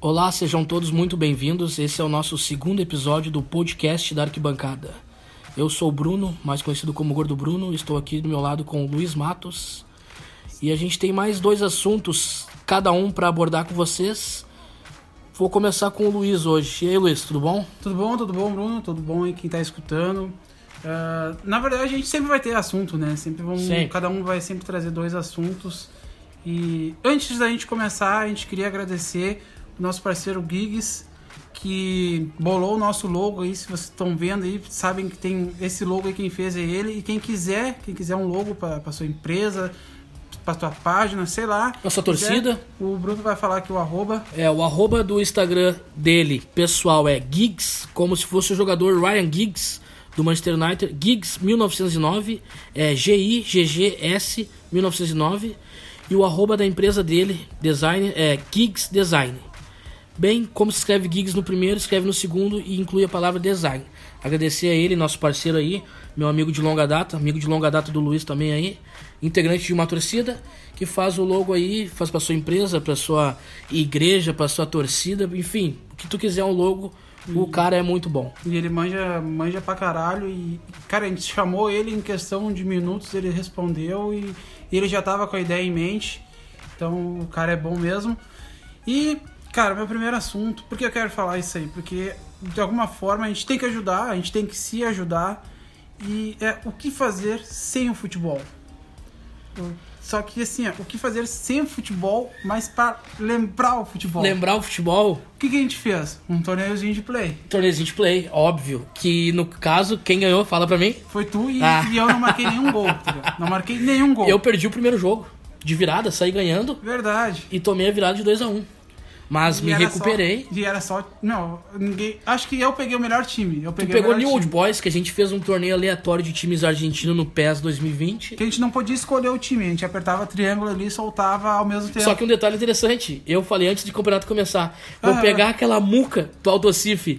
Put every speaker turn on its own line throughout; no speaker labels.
Olá, sejam todos muito bem-vindos. Esse é o nosso segundo episódio do podcast da Arquibancada. Eu sou o Bruno, mais conhecido como Gordo Bruno, estou aqui do meu lado com o Luiz Matos. E a gente tem mais dois assuntos, cada um para abordar com vocês. Vou começar com o Luiz hoje. E aí, Luiz, tudo bom?
Tudo bom, tudo bom, Bruno? Tudo bom e quem tá escutando? Ah, na verdade, a gente sempre vai ter assunto, né? Sempre vamos,
Sempre.
cada um vai sempre trazer dois assuntos. E antes da gente começar, a gente queria agradecer o nosso parceiro Gigs que bolou o nosso logo aí, se vocês estão vendo aí, sabem que tem esse logo aí quem fez é ele e quem quiser, quem quiser um logo para sua empresa, para tua página, sei lá.
Pra sua
quiser,
torcida.
o Bruno vai falar aqui o arroba
É, o arroba do Instagram dele, pessoal, é Giggs, como se fosse o jogador Ryan Giggs, do Manchester United. Giggs 1909, é G-I-G-G-S 1909. E o arroba da empresa dele, design, é Giggs Design. Bem, como se escreve Giggs no primeiro, escreve no segundo e inclui a palavra design. Agradecer a ele, nosso parceiro aí, meu amigo de longa data, amigo de longa data do Luiz também aí, integrante de uma torcida, que faz o logo aí, faz pra sua empresa, pra sua igreja, pra sua torcida, enfim, o que tu quiser um logo,
Hum.
o cara é muito bom.
E ele manja, manja pra caralho. E, cara, a gente chamou ele em questão de minutos, ele respondeu e, e ele já tava com a ideia em mente. Então o cara é bom mesmo. E, cara, meu primeiro assunto, por que eu quero falar isso aí? Porque de alguma forma a gente tem que ajudar, a gente tem que se ajudar. E é o que fazer sem o futebol? Só que assim, ó, o que fazer sem o futebol, mas pra lembrar o futebol?
Lembrar o futebol,
o que, que a gente fez? Um torneiozinho de play.
torneiozinho de play, óbvio, que no caso, quem ganhou, fala pra mim,
Foi tu e,
Ah.
e eu não marquei nenhum gol. tá ligado? não marquei nenhum gol.
eu perdi o primeiro jogo, de virada, saí ganhando
Verdade.
e tomei a virada de 2 a 1 Mas
E
me
era
recuperei.
Só, e era só. Não, ninguém. Acho que eu peguei o melhor time. Eu
Tu
peguei
pegou
o melhor
New Old
time.
Boys, que a gente fez um torneio aleatório de times argentinos no PES 2020.
Porque a gente não podia escolher o time. A gente apertava triângulo ali e soltava ao mesmo tempo.
Só que um detalhe interessante, eu falei antes de campeonato começar, vou
Ah.
pegar aquela muca do Aldocife,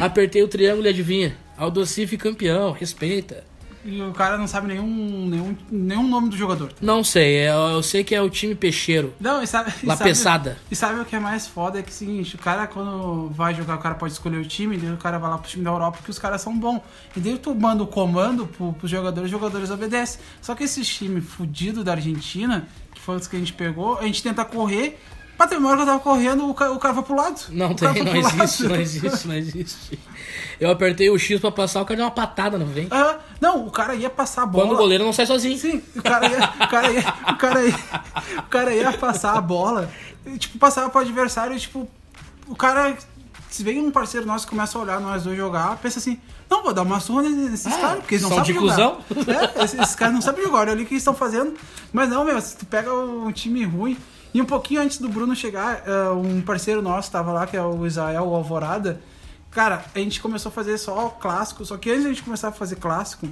apertei o triângulo e adivinha, Aldocife campeão, respeita.
E o cara não sabe nenhum, nenhum, nenhum nome do jogador.
Não sei, eu, eu sei que é o time peixeiro,
Não, e sabe. e
La
sabe-
Pesada.
E sabe o que é mais foda? É que é o seguinte, o cara quando vai jogar, o cara pode escolher o time, daí o cara vai lá pro time da Europa porque os caras são bons. E daí tu manda o comando pro, pros jogadores, os jogadores obedecem. Só que esse time fudido da Argentina, que foi os que a gente pegou, a gente tenta correr, pra ter uma hora que eu tava correndo, o cara, o cara vai pro lado.
Não
O cara
tem,
foi
não
pro lado.
existe, não existe, não existe. Eu apertei o X pra passar, o cara deu uma patada na frente.
Ah, não, o cara ia passar a bola.
Quando o goleiro não sai sozinho.
Sim, o cara ia, o cara ia, o cara ia, o cara ia passar a bola, e, tipo, passava pro adversário, e, tipo, o cara, se vem um parceiro nosso e começa a olhar nós dois jogar, pensa assim, não, vou dar uma surra nesses caras, porque eles não
É, são
sabem
de
jogar.
cuzão?
É, esses, esses caras não sabem jogar, olha ali o que eles estão fazendo. Mas não, meu, se tu pega um time ruim, e um pouquinho antes do Bruno chegar, eh, um parceiro nosso tava lá, que é o Israel Alvorada, cara, a gente começou a fazer só clássico, só que antes da gente começar a fazer clássico,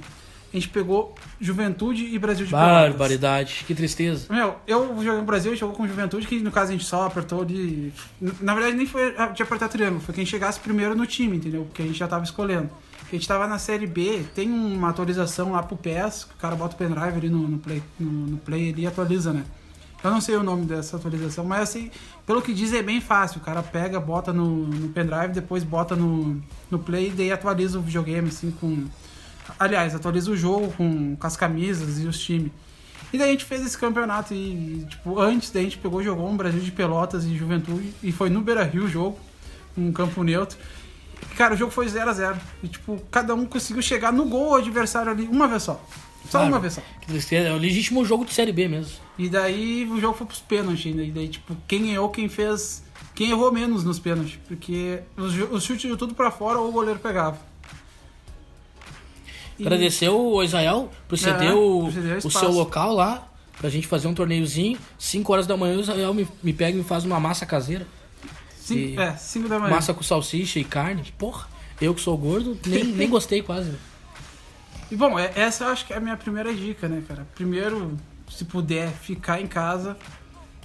a gente pegou Juventude e Brasil de Pelotas.
Barbaridade, que tristeza.
Meu, eu joguei no Brasil, jogou com Juventude, que no caso a gente só apertou de. Na verdade, nem foi de apertar triângulo, foi quem chegasse primeiro no time, entendeu? Porque a gente já tava escolhendo. Porque a gente tava na Série B, tem uma atualização lá pro PES, que o cara bota o pendrive ali no, no play, no, no play ali e atualiza, né? Eu não sei o nome dessa atualização, mas assim, pelo que diz é bem fácil. O cara pega, bota no, no pendrive, depois bota no, no play e daí atualiza o videogame, assim, com. Aliás, atualiza o jogo com, com as camisas e os times. E daí a gente fez esse campeonato e, tipo, antes daí a gente pegou, jogou um Brasil de Pelotas e Juventude e foi no Beira Rio o jogo, um campo neutro. E, Cara, o jogo foi 0 a 0 E, tipo, cada um conseguiu chegar no gol adversário ali uma vez só. Só
Claro.
uma vez só.
Que tristeza, é o legítimo jogo de Série B mesmo.
E daí o jogo foi pros pênaltis ainda. E daí, tipo, quem errou, quem fez. Quem errou menos nos pênaltis. Porque os, ju- os chutes iam tudo pra fora ou o goleiro pegava. E-
Agradeceu o Israel por ceder,
É,
o,
por ceder o
o
espaço.
seu local lá pra gente fazer um torneiozinho. 5 horas da manhã o Israel me, me pega e me faz uma massa caseira.
Cinco,
e-
É, 5 da manhã.
Massa com salsicha e carne. Porra, eu que sou gordo, nem, nem gostei quase.
E bom, é- essa eu acho que é a minha primeira dica, né, cara? Primeiro, se puder ficar em casa.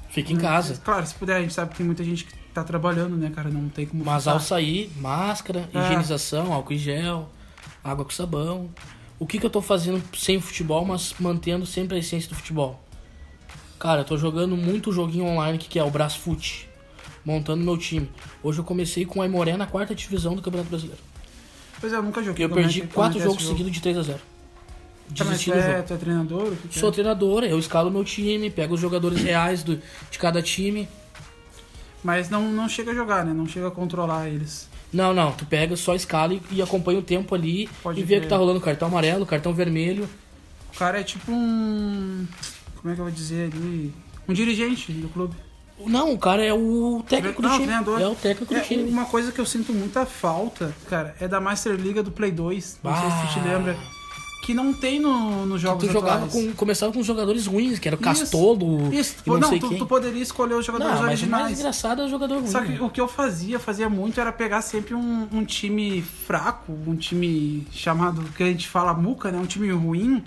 Fica
Uhum.
em casa.
Claro, se puder, a gente sabe que tem muita gente que tá trabalhando, né, cara? Não tem como.
Mas
ficar.
ao sair, máscara,
É.
higienização, álcool em gel, água com sabão. O que, que eu tô fazendo sem futebol, mas mantendo sempre a essência do futebol? Cara, eu tô jogando muito joguinho online que que é o Brasfoot. montando meu time. Hoje eu comecei com o Aimoré na quarta divisão do Campeonato Brasileiro.
Pois é, eu nunca joguei.
Eu
Como é
perdi
que- como é
quatro
que é
jogos
esse jogo?
seguidos de 3 a 0
Tá, mas
Desisti
tu
do
é,
jogo.
tu é treinador? O que que
Sou
é?
treinador, eu escalo meu time, pego os jogadores reais do, de cada time.
Mas não, não chega a jogar, né? Não chega a controlar eles.
Não, não, tu pega, só escala e, e acompanha o tempo ali
Pode
e vê o
crer.
que tá rolando cartão amarelo, cartão vermelho.
O cara é tipo um. Como é que eu vou dizer ali? Um dirigente do clube.
Não, o cara é o técnico do
Não,
time.
treinador.
É o técnico do
É,
time.
Uma coisa que eu sinto muita falta, cara, é da Master Liga do Play 2. Não sei se tu te
Ah.
lembra. Que não tem no, nos jogos
Tu jogava
atuais.
com, começava com os jogadores ruins, que era o
Isso.
Castolo
Isso,
e
tu-
não,
não,
sei
tu,
quem.
tu poderia escolher os jogadores
não, mas o mais
originais.
engraçado é o jogador ruim.
Só que
né?
o que eu fazia, fazia muito, era pegar sempre um, um time fraco, um time chamado, que a gente fala muca, né? Um time ruim.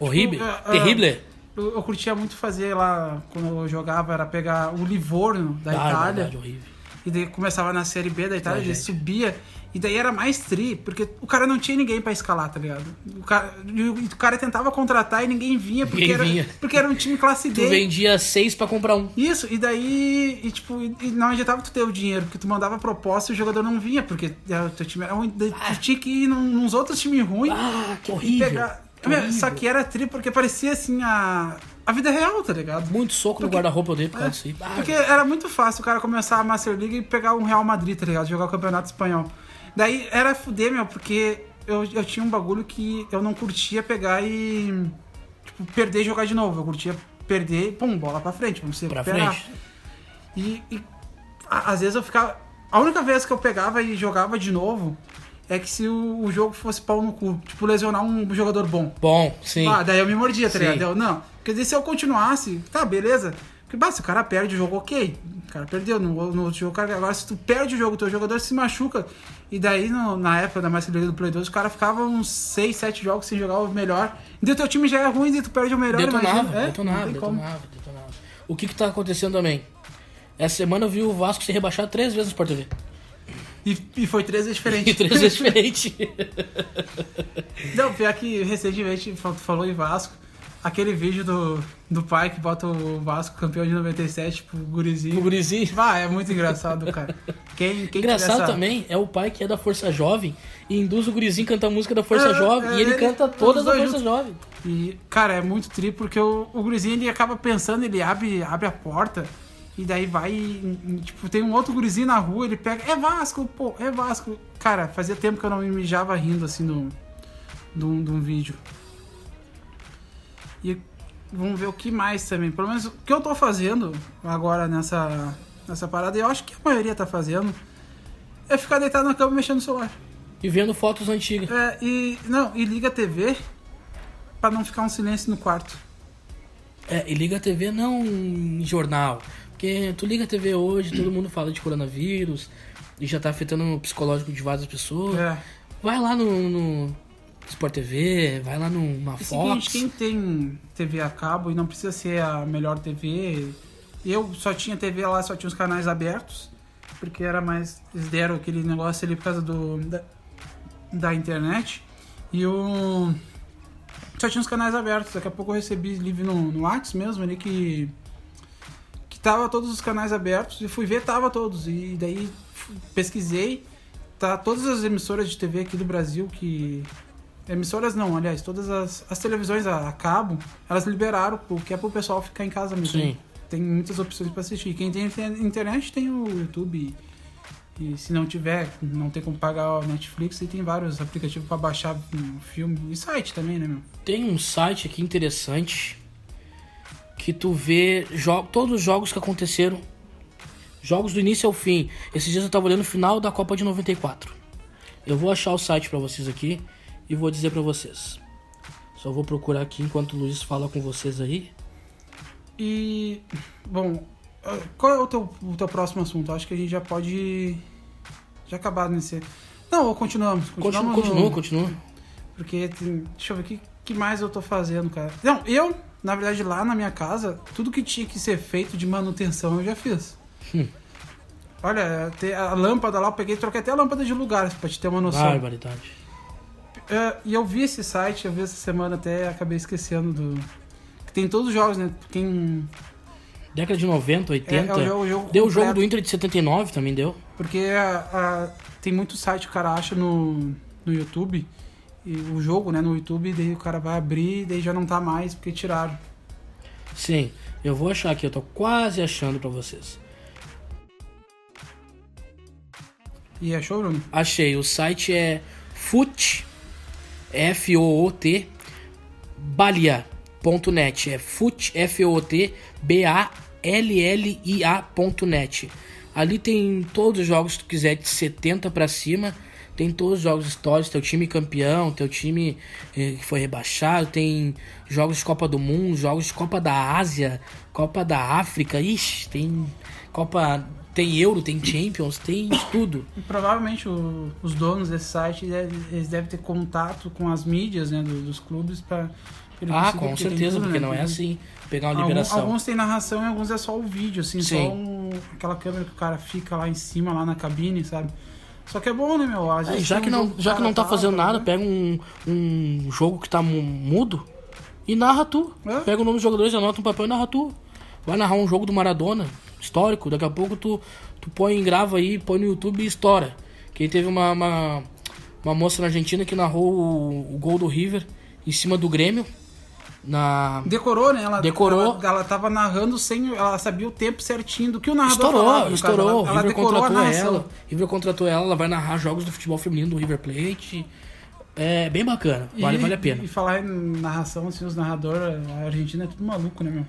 Horrível.
ah, ah,
Terrível.
Eu, eu curtia muito fazer lá, quando eu jogava, era pegar o Livorno da
Ah,
Itália.
verdade, horrível.
E daí começava na Série B da Itália, ele
Tragédia.
subia. E daí era mais tri, porque o cara não tinha ninguém pra escalar, tá ligado? O cara, e o, e o cara tentava contratar e ninguém vinha, porque,
Ninguém
era,
vinha.
porque era um time classe
Tu
D.
vendia seis pra comprar um.
Isso, e daí, e tipo, e e não adiantava tu ter o dinheiro, porque tu mandava proposta e o jogador não vinha, porque é, o teu time era ruim. Daí Tu tinha que ir num- nos outros times ruins
Ah, que
e
horrível.
pegar.
Que
Meu,
horrível.
Só que era tri, porque parecia assim a, a vida real, tá ligado?
Muito soco no guarda-roupa eu dei por causa disso aí. Ah,
Porque era muito fácil o cara começar a Master League e pegar um Real Madrid, tá ligado? Jogar o Campeonato Espanhol. Daí era fuder, meu, porque eu, eu tinha um bagulho que eu não curtia pegar e. Tipo, perder e jogar de novo. Eu curtia perder e pum, bola pra frente, vamos se
Pra
recuperar.
frente.
E, e a- às vezes eu ficava. A única vez que eu pegava e jogava de novo é que se o, o jogo fosse pau no cu, tipo, lesionar um jogador bom.
Bom, sim.
Ah, daí eu me mordia, tá
Sim.
ligado? Eu, não. Porque daí se eu continuasse, tá, beleza. Porque, bah, se o cara perde o jogo, ok. O cara perdeu no, no outro jogo. o Cara, agora, se tu perde o jogo, teu jogador se machuca. E daí, no- na época da Master League do Play 2, o cara ficava uns 6, 7 jogos sem jogar o melhor. E daí teu time já é ruim, e tu perde o melhor.
detonava,
imagina. É,
detonava,
não tem como.
detonava, detonava. O que que tá acontecendo também? Essa semana eu vi o Vasco se rebaixar três vezes no Sport TV.
E, e foi três vezes diferente.
E três vezes diferente.
Não, pior que recentemente fal- tu falou em Vasco. Aquele vídeo do, do pai que bota o Vasco campeão de 97 pro
o
gurizinho.
gurizinho.
Vai, é muito engraçado, cara. Quem, quem tiver
Engraçado
essa-
também é o pai que é da Força Jovem e induz o gurizinho a cantar a música da Força
É,
Jovem
é,
e ele,
ele-
canta
os
todas da
dois
Força
juntos.
Jovem.
E, cara, é muito tri, porque o, o gurizinho ele acaba pensando, ele abre, abre a porta e daí vai. e, e, tipo, tem um outro gurizinho na rua, ele pega. É Vasco, pô, é Vasco. Cara, fazia tempo que eu não me mijava rindo assim do, do, de um vídeo. E vamos ver o que mais também. Pelo menos o que eu tô fazendo agora nessa, nessa parada, e eu acho que a maioria tá fazendo, é ficar deitado na cama mexendo no celular.
E vendo fotos antigas.
É, e. Não, e liga a TV pra não ficar um silêncio no quarto.
É, e liga a TV não em jornal. Porque tu liga a TV hoje, todo mundo fala de coronavírus e já tá afetando o psicológico de várias pessoas.
É.
Vai lá no, no Sport TV, vai lá numa
E
Fox.
seguinte, quem tem TV a cabo e não precisa ser a melhor TV. Eu só tinha TV lá, só tinha os canais abertos, porque era mais. Eles deram aquele negócio ali por causa do. da, da internet. E o. Só tinha os canais abertos. Daqui a pouco eu recebi livre no, no Whats mesmo ali que. Que tava todos os canais abertos. E fui ver, tava todos. E daí f- pesquisei. Tá todas as emissoras de TV aqui do Brasil que Emissoras não, aliás, todas as, as televisões a, a cabo, elas liberaram, porque é pro pessoal ficar em casa mesmo.
Sim.
Tem muitas opções pra assistir. Quem tem inter- internet tem o YouTube. E se não tiver, não tem como pagar o Netflix e tem vários aplicativos pra baixar hum, filme e site também, né, meu?
Tem um site aqui interessante que tu vê jo- todos os jogos que aconteceram. Jogos do início ao fim. Esses dias eu tava olhando o final da Copa de 94. Eu vou achar o site pra vocês aqui e vou dizer pra vocês. Só vou procurar aqui enquanto o Luiz fala com vocês aí.
E, bom, ah, qual é o teu, o teu próximo assunto? Acho que a gente já pode. Já acabar nesse. Não, ou continuamos.
Continua,
continuamos
continua,
no-
continua.
Porque tem, deixa eu ver o que, que mais eu tô fazendo, cara. Não, eu, na verdade, lá na minha casa, tudo que tinha que ser feito de manutenção eu já fiz.
Hum.
Olha, te- a lâmpada lá eu peguei, troquei até a lâmpada de lugar, pra te ter uma noção.
Barbaridade.
É, e eu vi esse site, eu vi essa semana até, acabei esquecendo do. Que tem todos os jogos, né? Quem,
Década de 90, 80.
é o jogo- o jogo
deu o jogo
completo.
do Inter de 79 também, deu.
Porque ah, ah, tem muito site que o cara acha no, no YouTube, e o jogo, né, no YouTube, daí o cara vai abrir e daí já não tá mais, porque tiraram.
Sim, eu vou achar aqui, eu tô quase achando pra vocês.
E achou, Bruno?
Achei, o site é foot, f o o t balia.net, é foot, f o o t b a l l i a.net. Ali tem todos os jogos que tu quiser de 70 pra cima. Tem todos os jogos históricos, teu time campeão, teu time eh, que foi rebaixado, tem jogos de Copa do Mundo, jogos de Copa da Ásia, Copa da África, ixi, tem Copa, tem Euro, tem Champions, tem de tudo.
E provavelmente o- os donos desse site, deve- eles devem ter contato com as mídias, né, do- dos clubes pra... pra ele
Ah,
conseguir,
com
porque tem
certeza,
tudo,
porque
né,
não é
tem-
assim pegar uma
Algum-
liberação.
alguns tem narração e alguns é só o vídeo, assim,
Sim.
só um- aquela câmera que o cara fica lá em cima, lá na cabine, sabe? Só que é bom, né, meu? Às
Aí,
vezes
Ah, já
tem
que
um
não,
jogo o
já que
cara né?
não tá fazendo nada, pega um, um jogo que tá mu- mudo e narra tu.
É.
Pega o nome dos jogadores, anota um papel e narra tu. Vai narrar um jogo do Maradona, histórico, daqui a pouco tu, tu põe, grava aí, põe no YouTube e estoura. Que aí teve uma, uma, uma moça na Argentina que narrou o, o gol do River em cima do Grêmio. Na,
Decorou, né? Ela,
Decorou.
Ela, ela tava narrando sem. Ela sabia o tempo certinho do que o narrador
Estourou,
falava. no caso.
estourou.
Ela,
o
ela
River
decorou a
contratou
narração.
ela. O River contratou ela, ela vai narrar jogos do futebol feminino do River Plate. É bem bacana, vale,
E-
vale a pena.
E falar em narração, assim, os narradores, a Argentina é tudo maluco, né, meu?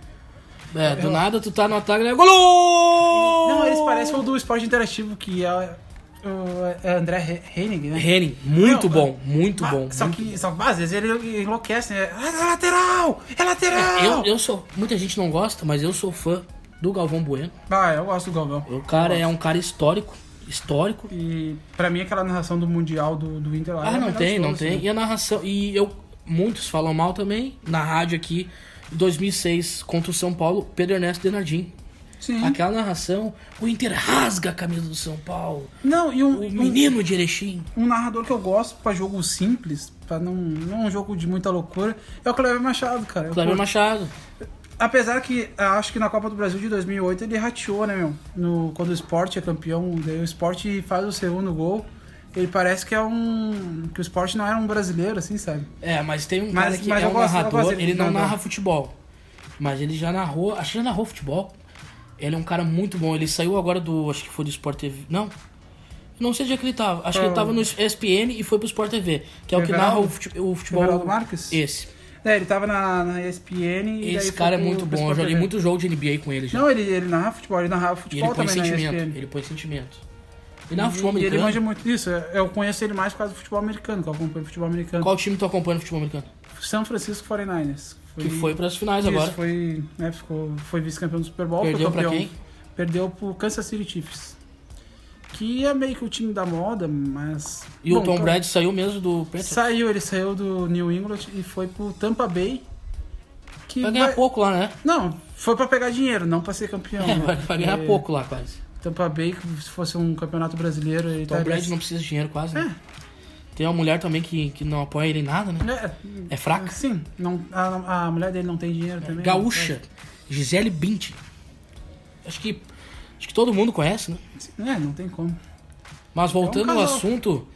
É, do nada tu tá no ataque, né? Golo!
Não, eles parecem o do esporte interativo, que é, o- é André He- Henning, né?
Henning, muito
Não,
bom, muito
Ah,
bom.
Só
muito-
que, só, que, às vezes ele enlouquece, né? Ah, é lateral! É lateral!
Eu, eu sou. Muita gente não gosta, mas eu sou fã do Galvão Bueno.
Ah, eu gosto do Galvão.
O cara é um cara histórico. Histórico.
E pra mim aquela narração do Mundial do, do Inter lá. é
Ah,
a
não
melhor
tem,
de
não
todas,
tem.
né?
E a narração. E eu. Muitos falam mal também. Na rádio aqui, em 2006, contra o São Paulo, Pedro Ernesto Denardim.
Sim.
Aquela narração, o Inter rasga a camisa do São Paulo.
Não, e um,
O
um,
menino de Erechim.
um narrador que eu gosto pra jogo simples, pra não, não um jogo de muita loucura, é o Cleber Machado, cara. Eu
Cleber
curto.
Machado.
Apesar que ah, acho que na Copa do Brasil de 2008 ele rateou, né, meu? No, quando o Sport é campeão, daí o Sport faz o segundo gol. Ele parece que é um. que o Sport não era um brasileiro, assim, sabe?
É, mas tem um
Mas-
cara que
mas
é
eu
um
gosto- eu
narrador,
gosto dele
ele não
narrador.
narra futebol. Mas ele já narrou, acho que já narrou futebol. Ele é um cara muito bom. Ele saiu agora do, acho que foi do Sport TV. Não. Não sei onde é que ele tava. Acho que ele tava no ESPN e foi pro Sport TV, que é o que
Everaldo?
narra o fute- o futebol.
Everaldo Marques?
Esse.
É, ele tava na, na ESPN e. daí
Esse
foi
cara é
pro-
muito
pro
bom. Eu
Sport
joguei
TV.
muito jogo de NBA com ele já.
Não, ele, ele narra futebol, ele narrava
e
futebol
ele põe
também
sentimento.
na ESPN.
Ele põe sentimento. Ele narra futebol
E ele
americano.
manja muito disso. Eu conheço ele mais por causa do futebol americano, que eu acompanho futebol americano.
Qual time tu acompanha no futebol americano?
São Francisco 49ers.
Que foi pras finais
Isso,
agora.
foi, né, ficou, foi vice-campeão do Super Bowl.
Perdeu
foi
pra
campeão.
quem?
Perdeu pro Kansas City Chiefs. Que é meio que o time da moda, mas...
E o
Bom,
Tom
então,
Brady saiu mesmo do Patriots.
Saiu, ele saiu do New England e foi pro Tampa Bay. Que
Vai ganhar
vai-
pouco lá, né?
Não, foi pra pegar dinheiro, não pra ser campeão.
É,
né?
vai, vai ganhar
Porque
pouco lá, quase.
Tampa Bay, que se fosse um campeonato brasileiro... Ele
Tom
tá estaria-
Brady não precisa de dinheiro quase, né? Tem uma mulher também que, que não apoia ele em nada, né?
É,
É fraca.
Sim, não, a, a mulher dele não tem dinheiro também. né?
Gaúcha, Gisele Bündchen. Acho que, acho que todo mundo conhece, né?
É, não tem como.
Mas voltando ao
É um casal.
assunto,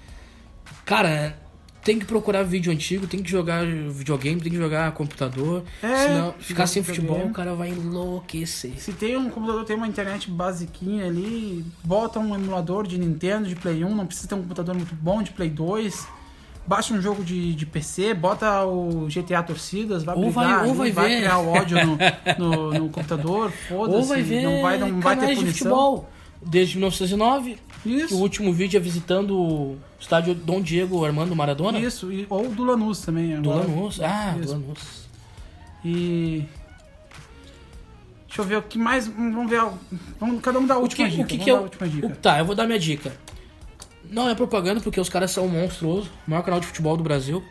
cara, tem que procurar vídeo antigo, tem que jogar videogame, tem que jogar computador.
É,
senão, ficar sem
jogar
futebol,
videogame.
o cara vai enlouquecer.
Se tem um computador, tem uma internet basiquinha ali, bota um emulador de Nintendo, de Play 1, não precisa ter um computador muito bom, de Play 2, baixa um jogo de, de PC, bota o GTA Torcidas, vai
Ou vai-
brigar,
ou vai ver.
criar ódio no, no, no computador, foda-se,
Ou vai ver
não vai, não vai ter
canais de
punição.
futebol. Desde 1909, que o
Isso,
último vídeo é visitando o estádio Dom Diego Armando Maradona.
isso, e- ou do Lanús também.
Do
agora.
Lanús. Ah, do
Isso.
Lanús.
E... Deixa eu ver o que mais... hum, Vamos ver... a- Vamos, cada um dá a
O que,
última dica.
o que, que
vamos
é
dar a
o...
última dica.
o- Tá, eu vou dar minha dica. Não é propaganda, porque os caras são monstruosos. O maior canal de futebol do Brasil.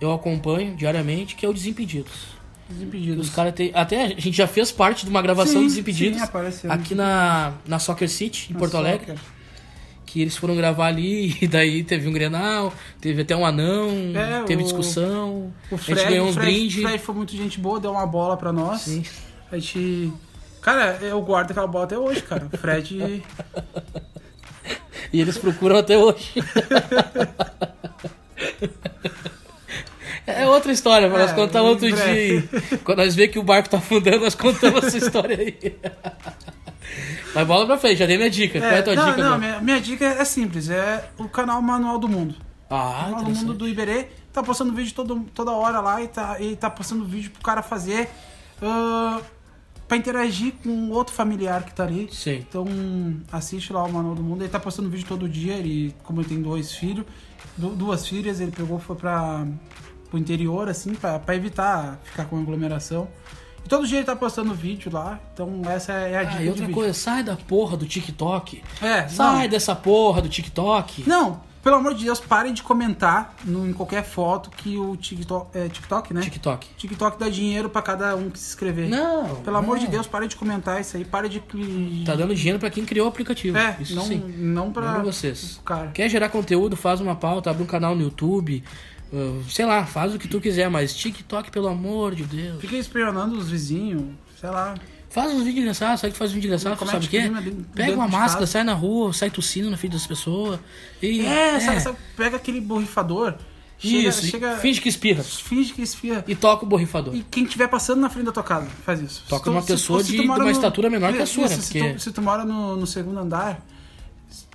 Eu acompanho diariamente, que é o Desimpedidos.
Desimpedidos.
Os caras têm... Até a gente já fez parte de uma gravação
Sim,
do Desimpedidos.
sim, apareceu.
aqui na, na Soccer City, em
Na
Porto
sua,
Alegre.
cara.
Que eles foram gravar ali, e daí teve um Grenal, teve até um anão,
É,
teve
o-
discussão.
O
a gente
Fred,
ganhou um
o
uns
Fred,
brindes.
Fred foi muito gente boa, deu uma bola pra nós.
Sim.
A gente. Cara, eu guardo aquela bola até hoje, cara. O Fred.
E eles procuram até hoje. É outra história, mas nós
É,
contamos outro
em
dia.
breve.
aí. Quando nós vê que o barco tá afundando, nós contamos essa história aí. Mas bola pra frente, já dei minha dica. Qual é a tua
não,
dica,
não,
meu?
minha, minha dica é simples, é o canal Manual do Mundo.
Ah,
Manual do
interessante.
Mundo do Iberê tá postando vídeo todo, toda hora lá e tá, e tá postando vídeo pro cara fazer ah, pra interagir com outro familiar que tá ali.
Sim.
Então assiste lá o Manual do Mundo, ele tá postando vídeo todo dia, ele, como ele tem dois filhos, du- duas filhas, ele pegou e foi pra, pro interior, assim, pra, pra evitar ficar com aglomeração. E todo dia ele tá postando vídeo lá, então essa é a dica
Ah,
de
e outra
vídeo.
coisa, sai da porra do TikTok.
É,
Sai
não.
dessa porra do TikTok.
Não, pelo amor de Deus, parem de comentar no- em qualquer foto que o TikTok, é, TikTok né?
TikTok.
TikTok dá dinheiro pra cada um que se inscrever.
Não,
Pelo amor
não.
de Deus, parem de comentar isso aí, parem de cli-
Tá dando dinheiro pra quem criou o aplicativo.
É,
Isso
não,
sim.
não pra
Pra vocês.
Cara.
Quer gerar conteúdo, faz uma pauta, abre um canal no YouTube. uh, sei lá, faz o que tu quiser, mas TikTok, pelo amor de Deus.
Fica espionando os vizinhos, sei lá.
Faz uns vídeos engraçados, sabe que faz um vídeo engraçado,
Comete
sabe o quê?
crime ali
Pega
dentro
uma
de
máscara,
casa.
sai na rua, sai tossindo na frente das pessoas. E,
É, Sabe, sabe, pega aquele borrifador, chega,
isso, e
chega finge...
finge que espirra
que esfia.
e toca o borrifador.
E quem estiver passando na frente da tua casa, faz isso.
Toca
Se tu-
numa
se-
pessoa
se tu
de- de
mora
uma estatura menor que a
Isso,
sua, né?
se,
Porque-
tu, se tu mora no, no segundo andar.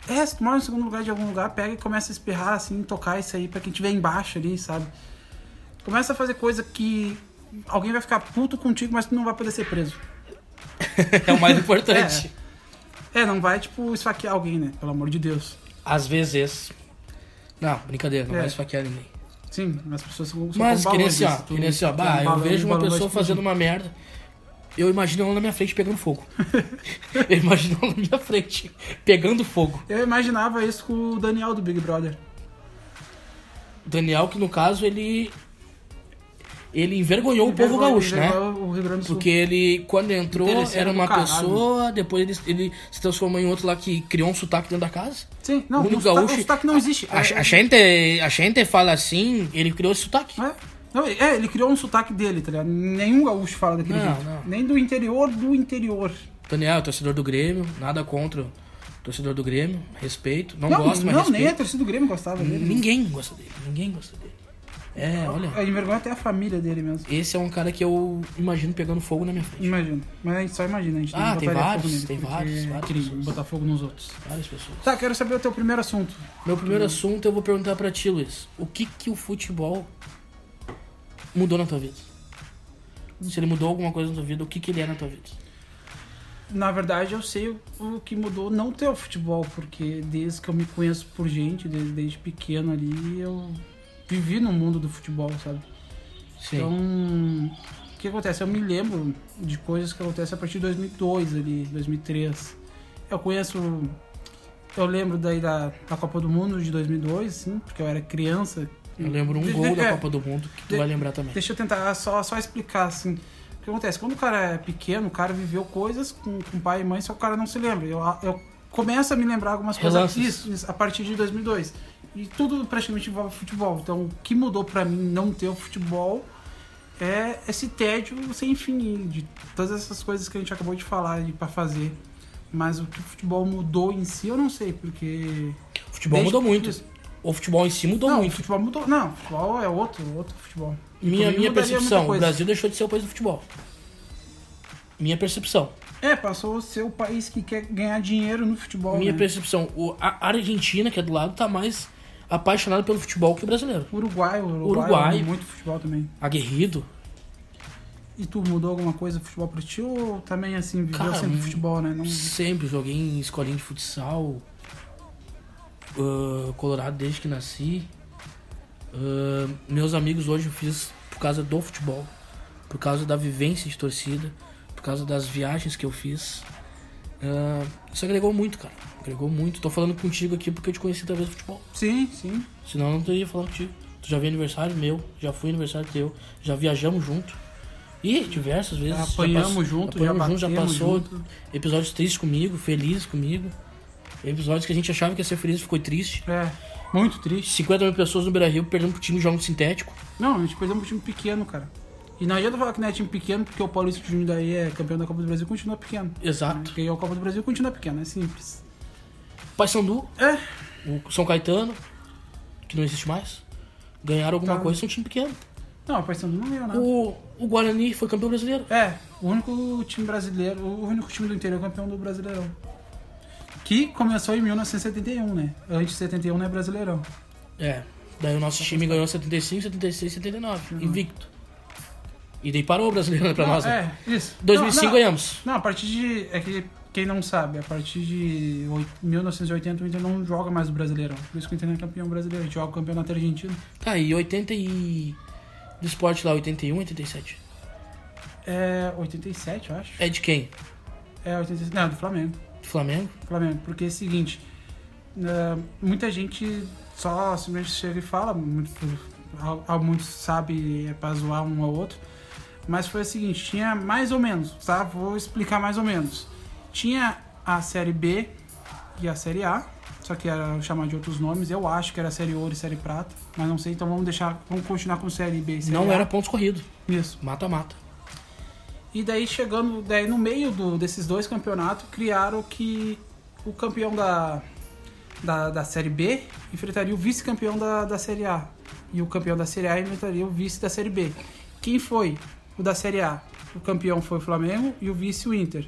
É, se tu mora no segundo lugar de algum lugar, pega e começa a espirrar, assim, tocar isso aí pra quem estiver embaixo ali, sabe? Começa a fazer coisa que alguém vai ficar puto contigo, mas tu não vai poder ser preso.
É o mais importante.
É, não vai, tipo, esfaquear alguém, né? Pelo amor de Deus.
Às vezes. Não, brincadeira, não
É.
vai esfaquear ninguém.
Sim, as pessoas são são
Mas
com
que nem
valores,
assim, ó,
isso.
que nem assim, ó,
Tu-
bah,
um
eu
balão,
vejo
um
uma
balão vai
pessoa
explodir.
fazendo uma merda, eu imagino ela na minha frente pegando fogo. eu imagino ela na minha frente pegando fogo.
Eu imaginava isso com o Daniel do Big Brother.
O Daniel, que no caso, ele. Ele envergonhou o povo
Ele veio-
gaúcho,
ele
né?
veio O Rio Grande do Sul.
Porque ele, quando entrou,
Interesseiro
era
é do
uma
caralho.
pessoa, depois ele, ele se transformou em outro lá que criou um sotaque dentro da casa.
Sim, não,
o único
o sotaque-
gaúcho.
o sotaque não existe.
A,
É-
a gente, a gente fala assim, ele criou esse sotaque.
É. Não, é, ele criou um sotaque dele, tá ligado? Nenhum gaúcho fala daquele
Não,
jeito.
não.
Nem do interior do interior.
Daniel, torcedor do Grêmio, nada contra o torcedor do Grêmio, respeito. Não,
não,
gosto, mas
não, nem a
respeito.
torcida do Grêmio gostava dele.
Ninguém gosta dele, ninguém gosta dele. É, olha,
Ele envergonha até a família dele mesmo.
esse é um cara que eu imagino pegando fogo na minha frente.
Imagina. Mas a gente só imagina, a gente
Ah,
não
tem
botaria
vários,
fogo nele,
tem
porque
vários,
é
vários
crime
pessoas.
botar fogo nos outros.
Várias pessoas.
Tá, quero saber o teu primeiro assunto.
Meu
Uhum.
primeiro assunto eu vou perguntar pra ti, Luiz. O que que o futebol mudou na tua vida? Se ele mudou alguma coisa na tua vida, o que que ele é na tua vida?
Na verdade, eu sei o- o que mudou não ter o futebol, porque desde que eu me conheço por gente, desde, desde pequeno ali, eu vivi no mundo do futebol, sabe?
Sim.
Então, o que acontece? Eu me lembro de coisas que acontecem a partir de 2002 ali, 2003. Eu conheço... Eu lembro daí da, da Copa do Mundo de 2002, sim, porque eu era criança.
eu lembro um
De-
gol
de-
da
é,
Copa do Mundo que tu
de-
vai lembrar também.
Deixa eu tentar só, só explicar, assim. O que acontece? Quando o cara é pequeno, o cara viveu coisas com, com pai e mãe, só que o cara não se lembra. Eu, eu começo a me lembrar algumas coisas
Relances.
isso, isso, a partir de 2002. E tudo praticamente envolve futebol. Então, o que mudou pra mim não ter o futebol é esse tédio sem fim de todas essas coisas que a gente acabou de falar e pra fazer. Mas o que o futebol mudou em si, eu não sei, porque...
O futebol
Desde-
mudou muito.
isso.
O futebol em si mudou
Não, o
muito.
futebol mudou. Não, futebol é outro, outro futebol.
Minha,
Pra mim,
minha
mudaria
percepção,
muita
o
coisa.
Brasil deixou de ser o país do futebol. Minha percepção.
É, passou a ser o país que quer ganhar dinheiro no futebol.
minha
né?
percepção. O, a Argentina, que é do lado, tá mais apaixonada pelo futebol que o brasileiro.
Uruguai, Uruguai,
Uruguai.
é muito futebol também.
Aguerrido.
E tu mudou alguma coisa do futebol pra ti ou também assim, viveu
Cara,
sempre
hum.
futebol, né? Não...
Sempre joguei em escolinha de futsal. ah, Colorado desde que nasci. Ah, meus amigos hoje eu fiz por causa do futebol. Por causa da vivência de torcida. Por causa das viagens que eu fiz. Ah, isso agregou muito, cara. Agregou muito. Tô falando contigo aqui porque eu te conheci através do futebol.
Sim, sim.
Senão eu não teria falado contigo. Tu já veio aniversário meu, já fui aniversário teu, já viajamos junto. E diversas vezes. já
Apanhamos
passou-
junto, já
apanhamos junto, já
batemos
passou
junto.
episódios tristes comigo, felizes comigo. Episódios que a gente achava que ia ser feliz ficou triste.
É, muito triste.
50 mil pessoas no Beira Rio perdendo pro time de jogo sintético.
Não, a gente perdeu um time pequeno, cara. E não adianta falar que não é time pequeno, porque o Paulista Júnior daí é campeão da Copa do Brasil continua pequeno. né?
Exato.
Porque a Copa do Brasil continua pequena, é simples.
Paysandu,
É,
o São Caetano, que não existe mais, ganharam alguma
Tá.
coisa, são um time pequeno.
não, o Paysandu não ganhou nada.
O, o Guarani foi campeão brasileiro.
É, o único time brasileiro, o único time do interior campeão do Brasileirão. Que começou em 1971, né? Antes de 71 não é Brasileirão.
É. Daí o
Tá
nosso time ganhou 75, 76, 79.
Uhum.
Invicto. E daí parou o brasileiro né, pra nós. né?
É, isso.
2005
não, não,
ganhamos.
não, a partir de. É que quem não sabe, a partir de oi- 1980 o Inter não joga mais o Brasileirão. Por isso que o Inter não é campeão brasileiro, a gente joga o campeonato argentino.
Tá, e 80 e. Do esporte lá, 81, 87.
É 87, eu acho.
É de quem?
É 87. Não, é do Flamengo.
Do Flamengo?
Flamengo, porque é o seguinte, né, muita gente só simplesmente chega e fala, muito- al- al- muitos sabe é pra zoar um ao outro, mas foi o seguinte, tinha mais ou menos, tá? Vou explicar mais ou menos. Tinha a Série B e a Série A, só que era chamar de outros nomes, eu acho que era Série Ouro e Série Prata, mas não sei, então vamos deixar, vamos continuar com Série B e Série A.
Não era pontos corridos.
Isso.
Mata-mata.
E daí chegando, daí no meio do- desses dois campeonatos, criaram que o campeão da, da, da Série B enfrentaria o vice-campeão da, da Série A. E o campeão da Série A enfrentaria o vice da Série B. Quem foi o da Série A? O campeão foi o Flamengo e o vice o Inter.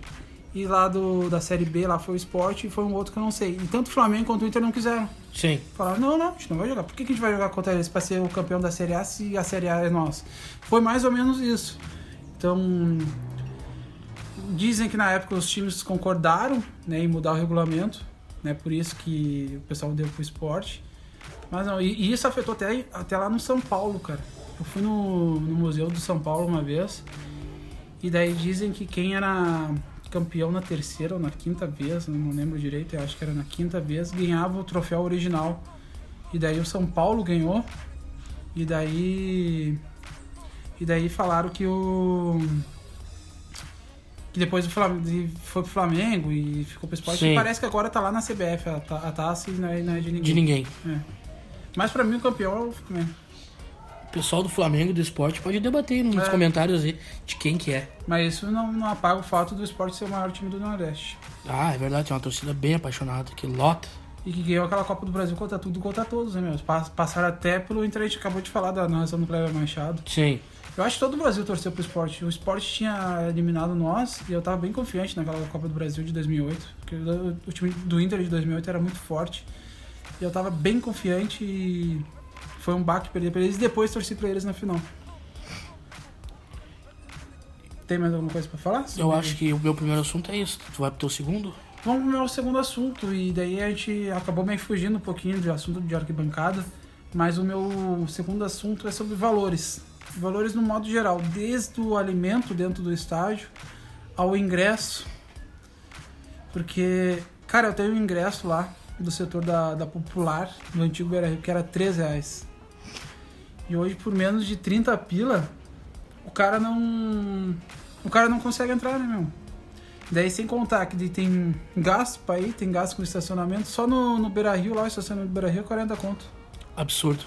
E lá do, da Série B, lá foi o Sport e foi um outro que eu não sei. E tanto o Flamengo quanto o Inter não quiseram.
Sim.
Falaram, não, não, a gente não vai jogar. Por que, que a gente vai jogar contra eles pra ser o campeão da Série A se a Série A é nossa? Foi mais ou menos isso. Então, dizem que na época os times concordaram né, em mudar o regulamento, né, por isso que o pessoal deu pro esporte. Mas não, e, e isso afetou até, até lá no São Paulo, cara. Eu fui no, no Museu do São Paulo uma vez, e daí dizem que quem era campeão na terceira ou na quinta vez, não lembro direito, eu acho que era na quinta vez, ganhava o troféu original. E daí o São Paulo ganhou. E daí. E daí falaram que o. Que depois o Flamengo, foi pro Flamengo e ficou pro esporte.
Sim.
E parece que agora tá lá na CBF a, ta- a taça e não é, não é de ninguém.
De ninguém.
É. Mas pra mim o campeão é o Flamengo.
O pessoal do Flamengo e do esporte pode debater aí nos
É.
comentários aí de quem que é.
Mas isso não, não apaga o fato do esporte ser o maior time do Nordeste.
Ah, é verdade, tem uma torcida bem apaixonada que lota.
E que ganhou aquela Copa do Brasil contra tudo e contra todos, né, meu? Pas- Passaram até pelo Inter, a gente acabou de falar da narração do Cleber Machado.
Sim.
Eu acho que todo o Brasil torceu pro esporte. O esporte tinha eliminado nós e eu tava bem confiante naquela Copa do Brasil de 2008. Porque o o time do Inter de 2008 era muito forte. E eu tava bem confiante e foi um baque perder pra eles. E depois torci pra eles na final. Tem mais alguma coisa pra falar?
Eu acho que o meu primeiro assunto é isso. Tu vai pro teu segundo?
Vamos pro meu Então, é segundo assunto, e daí a gente acabou meio fugindo um pouquinho do assunto de arquibancada, mas o meu segundo assunto é sobre valores. Valores no modo geral, desde o alimento dentro do estádio ao ingresso. Porque, cara, eu tenho um ingresso lá do setor da, da Popular, do antigo Beira Rio, que era R$ 3 reais. E hoje, por menos de 30 pila, o cara não. O cara não consegue entrar, né, meu? Daí sem contar que daí tem gasto pra ir, tem gasto com estacionamento. Só no, no Beira Rio, lá o estacionamento do Beira Rio é 40 conto.
Absurdo.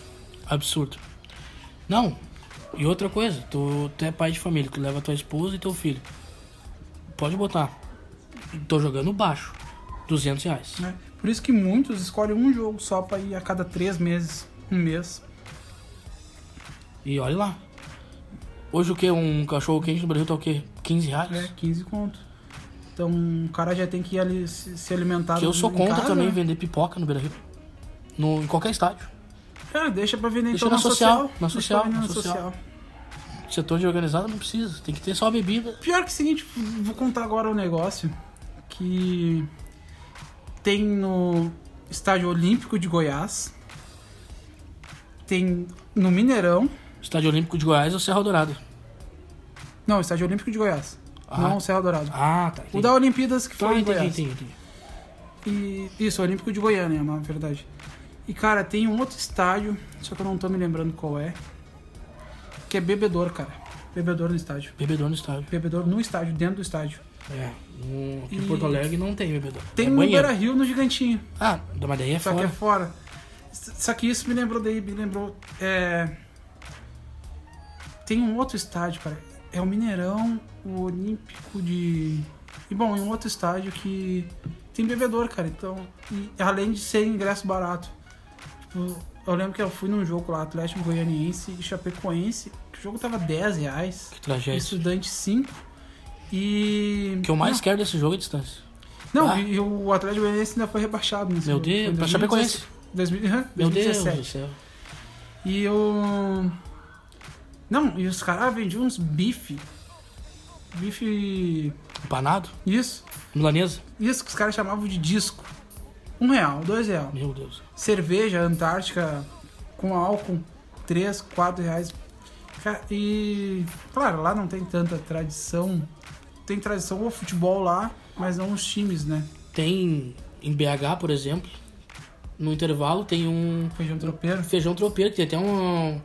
Absurdo. Não. E outra coisa, tu, tu é pai de família, tu leva tua esposa e teu filho. Pode botar. Tô jogando baixo. 200 reais.
Né? Por isso que muitos escolhem um jogo só pra ir a cada três meses, um mês.
E olha lá. Hoje o que? Um cachorro quente no Brasil tá o quê? 15 reais?
né? 15 conto. Então o cara já tem que ir ali se, se alimentar.
Que eu
em
sou contra
casa,
também
né?
vender pipoca no Beira Rio. No, em qualquer estádio.
É, deixa pra vender
Deixa
então
na social, na
Deixa
social,
pra vender
na social. Setor de organizado não precisa. Tem que ter só a bebida.
Pior que é o seguinte, vou contar agora um negócio que tem no Estádio Olímpico de Goiás, tem no Mineirão,
Estádio Olímpico de Goiás ou Serra Dourada.
não, Estádio Olímpico de Goiás,
Ah.
não o Serra Dourado.
Ah, tá.
o da Olimpíadas que
Tá,
foi em
entendi,
Goiás.
entendi, entendi.
E, isso, Olímpico de Goiânia, na verdade. E cara, tem um outro estádio, só que eu não tô me lembrando qual é, que é bebedor, cara. Bebedor no estádio.
Bebedor no estádio.
Bebedor no estádio, dentro do estádio.
É. no- aqui
E-
em Porto Alegre não tem bebedor.
Tem
é
no
banheiro.
Beira Rio no Gigantinho.
Ah, da Madeira é
Só
fora.
que é fora. S- Só que isso me lembrou daí, me lembrou. é, Tem um outro estádio, cara. É o Mineirão, o Olímpico de. E bom, é um outro estádio que tem bebedor, cara. Então, e além de ser ingresso barato. Tipo, eu lembro que eu fui num jogo lá, Atlético Goianiense e Chapecoense, que o jogo tava 10 reais.
Que tragédia.
Estudante 5. E.
O que eu mais
Não,
quero desse jogo é a distância.
Não,
Ah.
e e o Atlético Goianiense ainda foi rebaixado nesse
Meu
jogo.
Deus,
Foi em
pra Chapecoense.
2000, aham,
Meu Deus
2017.
do céu.
E o. Não, e os caras vendiam uns bife. Bife.
Empanado?
Isso.
Milanesa?
Isso que os caras chamavam de disco. Um real, dois real.
Meu Deus.
Cerveja Antártica com álcool, três, quatro reais. Ca- E. Claro, lá não tem tanta tradição. Tem tradição o futebol lá, mas não os times, né?
Tem em BH, por exemplo, no intervalo tem um
Feijão tropeiro.
feijão tropeiro, que tem até um,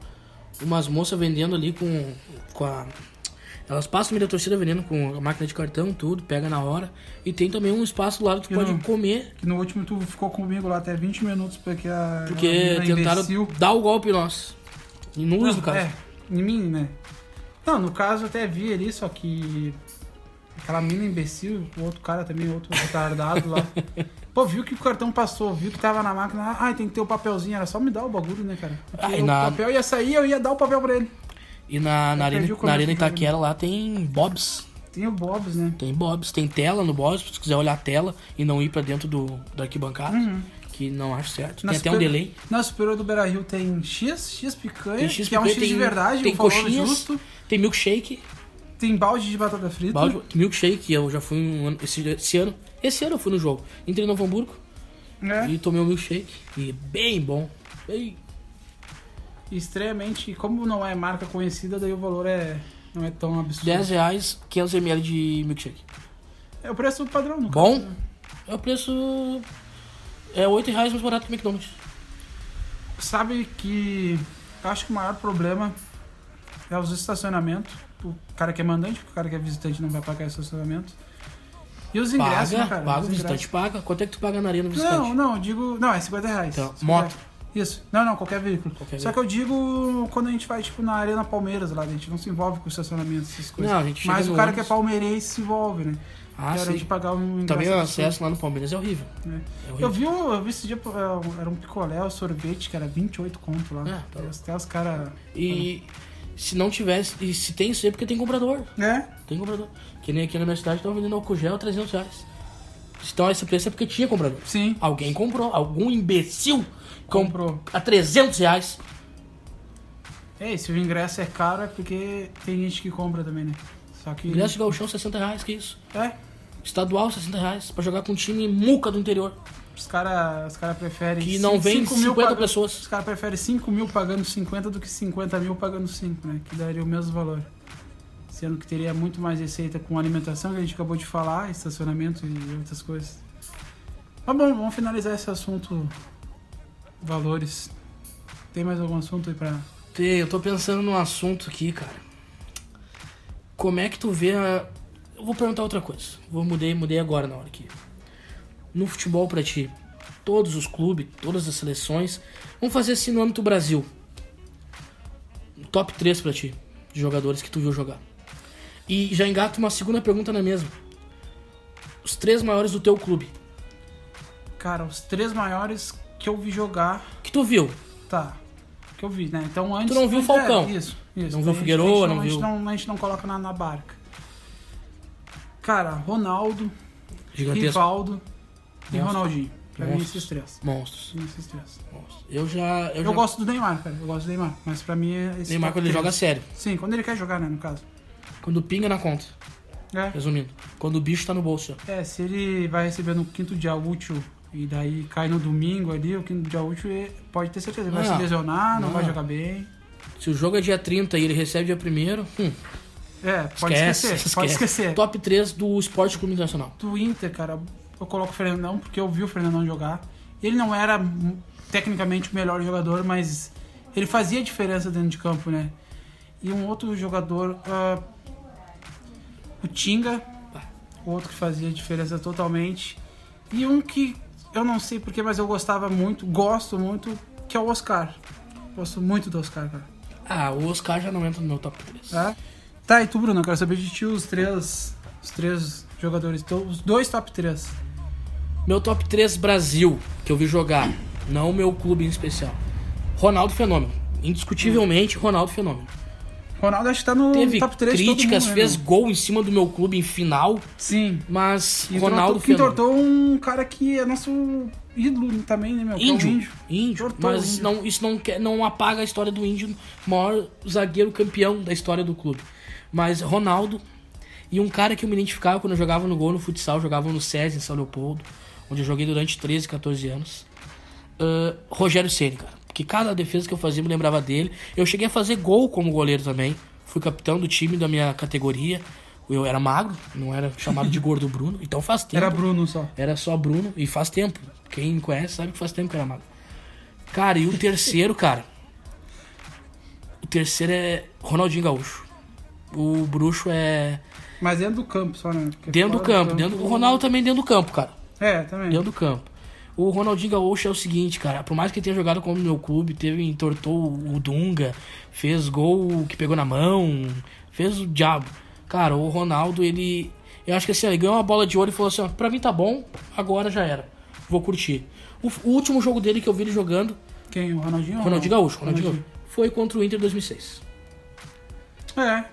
umas moças vendendo ali com, com a. Elas passam meio da torcida vendendo com a máquina de cartão, tudo, pega na hora. E tem também um espaço lá que tu
Eu
pode
não-
comer,
Que no último tu ficou comigo lá até 20 minutos, porque a.
porque
a
tentaram
imbecil-
dar o golpe em nós. Em
Não,
Nunes, no caso.
É, em mim, né? Não, no caso eu até vi ali, só que. Aquela mina imbecil, o outro cara também, outro retardado lá. Pô, viu que o cartão passou, viu que tava na máquina. ah, Ai, tem que ter o papelzinho, era só me dar o bagulho, né, cara? Porque
Ai,
o
na-
papel ia sair, eu ia dar o papel pra ele.
E na, na,
perdi
arena,
o começo então.
na Arena
do jogo.
Itaquera lá tem Bob's.
Tem o Bob's, né?
Tem Bob's, tem tela no Bob's, se tu quiser olhar a tela e não ir pra dentro do, da arquibancada, que não acho certo.
Uhum. Na
tem até um
superior-
delay.
Na superior do Beira Rio tem X, X picanha,
Tem X
que é um X de verdade,
tem
um valor
coxinhas,
justo.
tem milkshake,
Tem balde de batata frita.
balde, milkshake, eu já fui um ano, esse, esse ano. Esse ano eu fui no jogo. Entrei no Novo Hamburgo
né?
e tomei um milkshake. E é bem bom. Bem-
Extremamente. Como não é marca conhecida, daí o valor é. Não é tão absurdo.
10 reais, 500 ml de milkshake.
É o preço padrão, no caso.
Bom, é o preço. É 8 reais mais barato que o McDonald's.
Sabe que eu acho que o maior problema é os estacionamentos. O cara que é mandante, porque o cara que é visitante não vai pagar esse estacionamento. E os ingressos, né,
Paga,
cara?
paga, o
Os
visitante paga. Quanto é que tu paga na arena no
ingressos.
visitante?
Não, não, eu digo. Não, é 50 reais.
Então,
50
moto.
Isso. Não, não, qualquer veículo.
Qualquer
Só que eu digo quando a gente vai, tipo, na Arena Palmeiras lá, a gente não se envolve com estacionamento, essas coisas.
Não, a gente chega
Mas
no
o cara que é
ônibus.
palmeirense se envolve, né?
Ah,
que é hora
sim.
de pagar um ingresso.
Também o
absurdo,
acesso lá no Palmeiras é horrível.
né?
É horrível.
Eu vi, um- eu vi esse dia, eh, era um picolé, um sorvete, que era 28 conto lá.
Ah, tá bom.
Até os caras.
E se não tivesse, e se tem isso aí, é porque tem comprador.
Né?
Tem comprador. Que nem aqui na minha cidade estão vendendo álcool gel a 300 reais. Então esse preço é porque tinha comprador.
Sim.
Alguém comprou, algum imbecil
Comprou.
a 300 reais.
É, e se o ingresso é caro é porque tem gente que compra também, né? Só que.
Ingresso de gauchão 60 reais, que isso.
É,
Estadual 60 reais, pra jogar com um time muca do interior.
os caras os cara preferem.
Que não vem 50
pagando-
pessoas.
Os caras preferem 5 mil pagando 50 do que 50 mil pagando 5, né? Que daria o mesmo valor. Sendo que teria muito mais receita com alimentação, que a gente acabou de falar, estacionamento e outras coisas. Mas bom, vamos finalizar esse assunto. Valores. Tem mais algum assunto aí pra.
Tê, eu tô pensando num assunto aqui, cara. Como é que tu vê a... Eu vou perguntar outra coisa. Vou mudei, mudei agora na hora aqui. No futebol pra ti, todos os clubes, todas as seleções, vamos fazer assim no âmbito Brasil. Top 3 pra ti, de jogadores que tu viu jogar. E já engata uma segunda pergunta na mesma. Os três maiores do teu clube,
Cara, os três maiores que eu vi jogar
que tu viu.
Tá. Que eu vi, né? Então antes.
Tu não viu o Falcão?
É, isso, isso.
Não viu o
A gente-
Figueroa,
a gente
não
a gente
viu-
não- a gente não coloca na, na barca. Cara, Ronaldo,
Gigantesco.
Rivaldo e
Monstro.
Ronaldinho. Pra mim,
Monstros.
esses três.
Monstros.
Pra mim, esses três.
monstros. Eu já... Eu,
Eu,
já...
gosto do Neymar, cara. Eu gosto do Neymar. Mas pra mim é esse.
Neymar
top
quando ele joga assim.
três.
sério.
Sim, quando ele quer jogar, né? No caso.
Quando pinga na conta.
É.
Resumindo, quando o bicho tá no bolso. ó.
É, se ele vai receber no quinto dia útil e daí cai no domingo ali, o quinto dia útil ele- pode ter certeza. Ele vai
Não.
se lesionar, não,
Não.
vai jogar bem.
Se o jogo é dia 30 e ele recebe dia 1 hum,
É, pode
esquece,
esquecer.
esquece.
Pode esquecer.
Top 3 do Esporte Clube Internacional.
do Inter, cara, eu coloco o Fernandão porque eu vi o Fernandão jogar. Ele não era hum, tecnicamente o melhor jogador, mas ele fazia diferença dentro de campo, né? E um outro jogador, ah, o Tinga, o outro que fazia diferença totalmente. E um que eu não sei porquê, mas eu gostava muito, gosto muito, que é o Oscar. Gosto muito do Oscar, cara.
Ah, o Oscar já não entra no meu top 3.
Tá? Tá, e tu, Bruno, eu quero saber de ti os três. Os três jogadores. Então, os dois top 3.
Meu top 3 Brasil, que eu vi jogar, não o meu clube em especial. Ronaldo Fenômeno. Indiscutivelmente, Ronaldo Fenômeno.
Ronaldo acho que tá no
Teve
top 3
críticas,
de todo mundo, né,
fez
meu?
gol em cima do meu clube em final,
Sim.
mas
E
Ronaldo
entortou-
Fenômeno.
entortou um cara que é nosso ídolo também, né, meu? Que é um
Índio,
índio.
índio,
Entortou o
mas
índio.
não, isso não, quer, não apaga a história do índio, maior zagueiro campeão da história do clube. Mas Ronaldo e um cara que eu me identificava quando eu jogava no gol no futsal, jogava no SESI em São Leopoldo, onde eu joguei durante 13, 14 anos. Ah, Rogério Ceni, cara. Porque cada defesa que eu fazia eu me lembrava dele. Eu cheguei a fazer gol como goleiro também. Fui capitão do time da minha categoria. Eu era magro, não era chamado de gordo Bruno, então faz tempo.
Era Bruno só.
Era só Bruno e faz tempo. Quem me conhece sabe que faz tempo que era magro. Cara, e o terceiro, cara. O terceiro é Ronaldinho Gaúcho. O bruxo é
Mas dentro do campo só, né? Porque
dentro do
fora
campo, dentro o Ronaldo também dentro do campo, cara.
É, também.
Dentro do campo. O Ronaldinho Gaúcho é o seguinte, cara, por mais que ele tenha jogado como no meu clube, teve entortou o Dunga, fez gol que pegou na mão, fez o diabo. Cara, o Ronaldo, ele eu acho que assim, ó, ele ganhou uma bola de ouro e falou assim, ó, pra mim tá bom, agora já era. Vou curtir. O, f- o último jogo dele que eu vi ele jogando,
Quem? O Ronaldinho? ou
Ronaldinho
não?
Gaúcho, Ronaldinho Gaúcho, foi contra o Inter 2006.
É.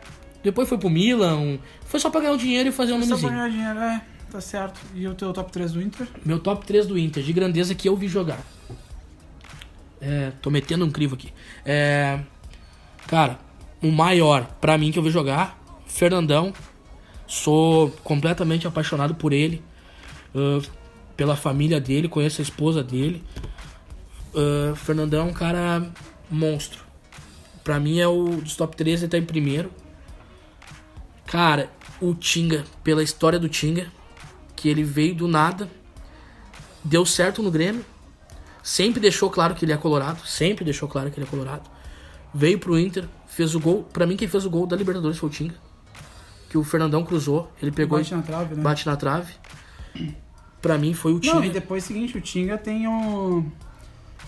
Depois foi pro Milan, foi só pra ganhar um dinheiro e fazer um
Só pra
nomezinho.
ganhar dinheiro, é. Tá certo. E o teu top 3 do Inter?
Meu top 3 do Inter, de grandeza que eu vi jogar. É, tô metendo um crivo aqui. É, cara, o maior pra mim que eu vi jogar, Fernandão. Sou completamente apaixonado por ele, ãh, Ah, pela família dele, conheço a esposa dele. Ãh, Fernandão é um cara monstro. Pra mim é o dos top 3, ele tá em primeiro. Cara, o Tinga, pela história do Tinga, que ele veio do nada, deu certo no Grêmio, sempre deixou claro que ele é colorado, sempre deixou claro que ele é colorado. Veio pro Inter, fez o gol. Pra mim, quem fez o gol da Libertadores foi o Tinga. Que o Fernandão cruzou, ele pegou
Bate na trave, né?
bate na trave. Pra mim foi o
Não, e
Tinga.
depois é o seguinte, o Tinga tem o...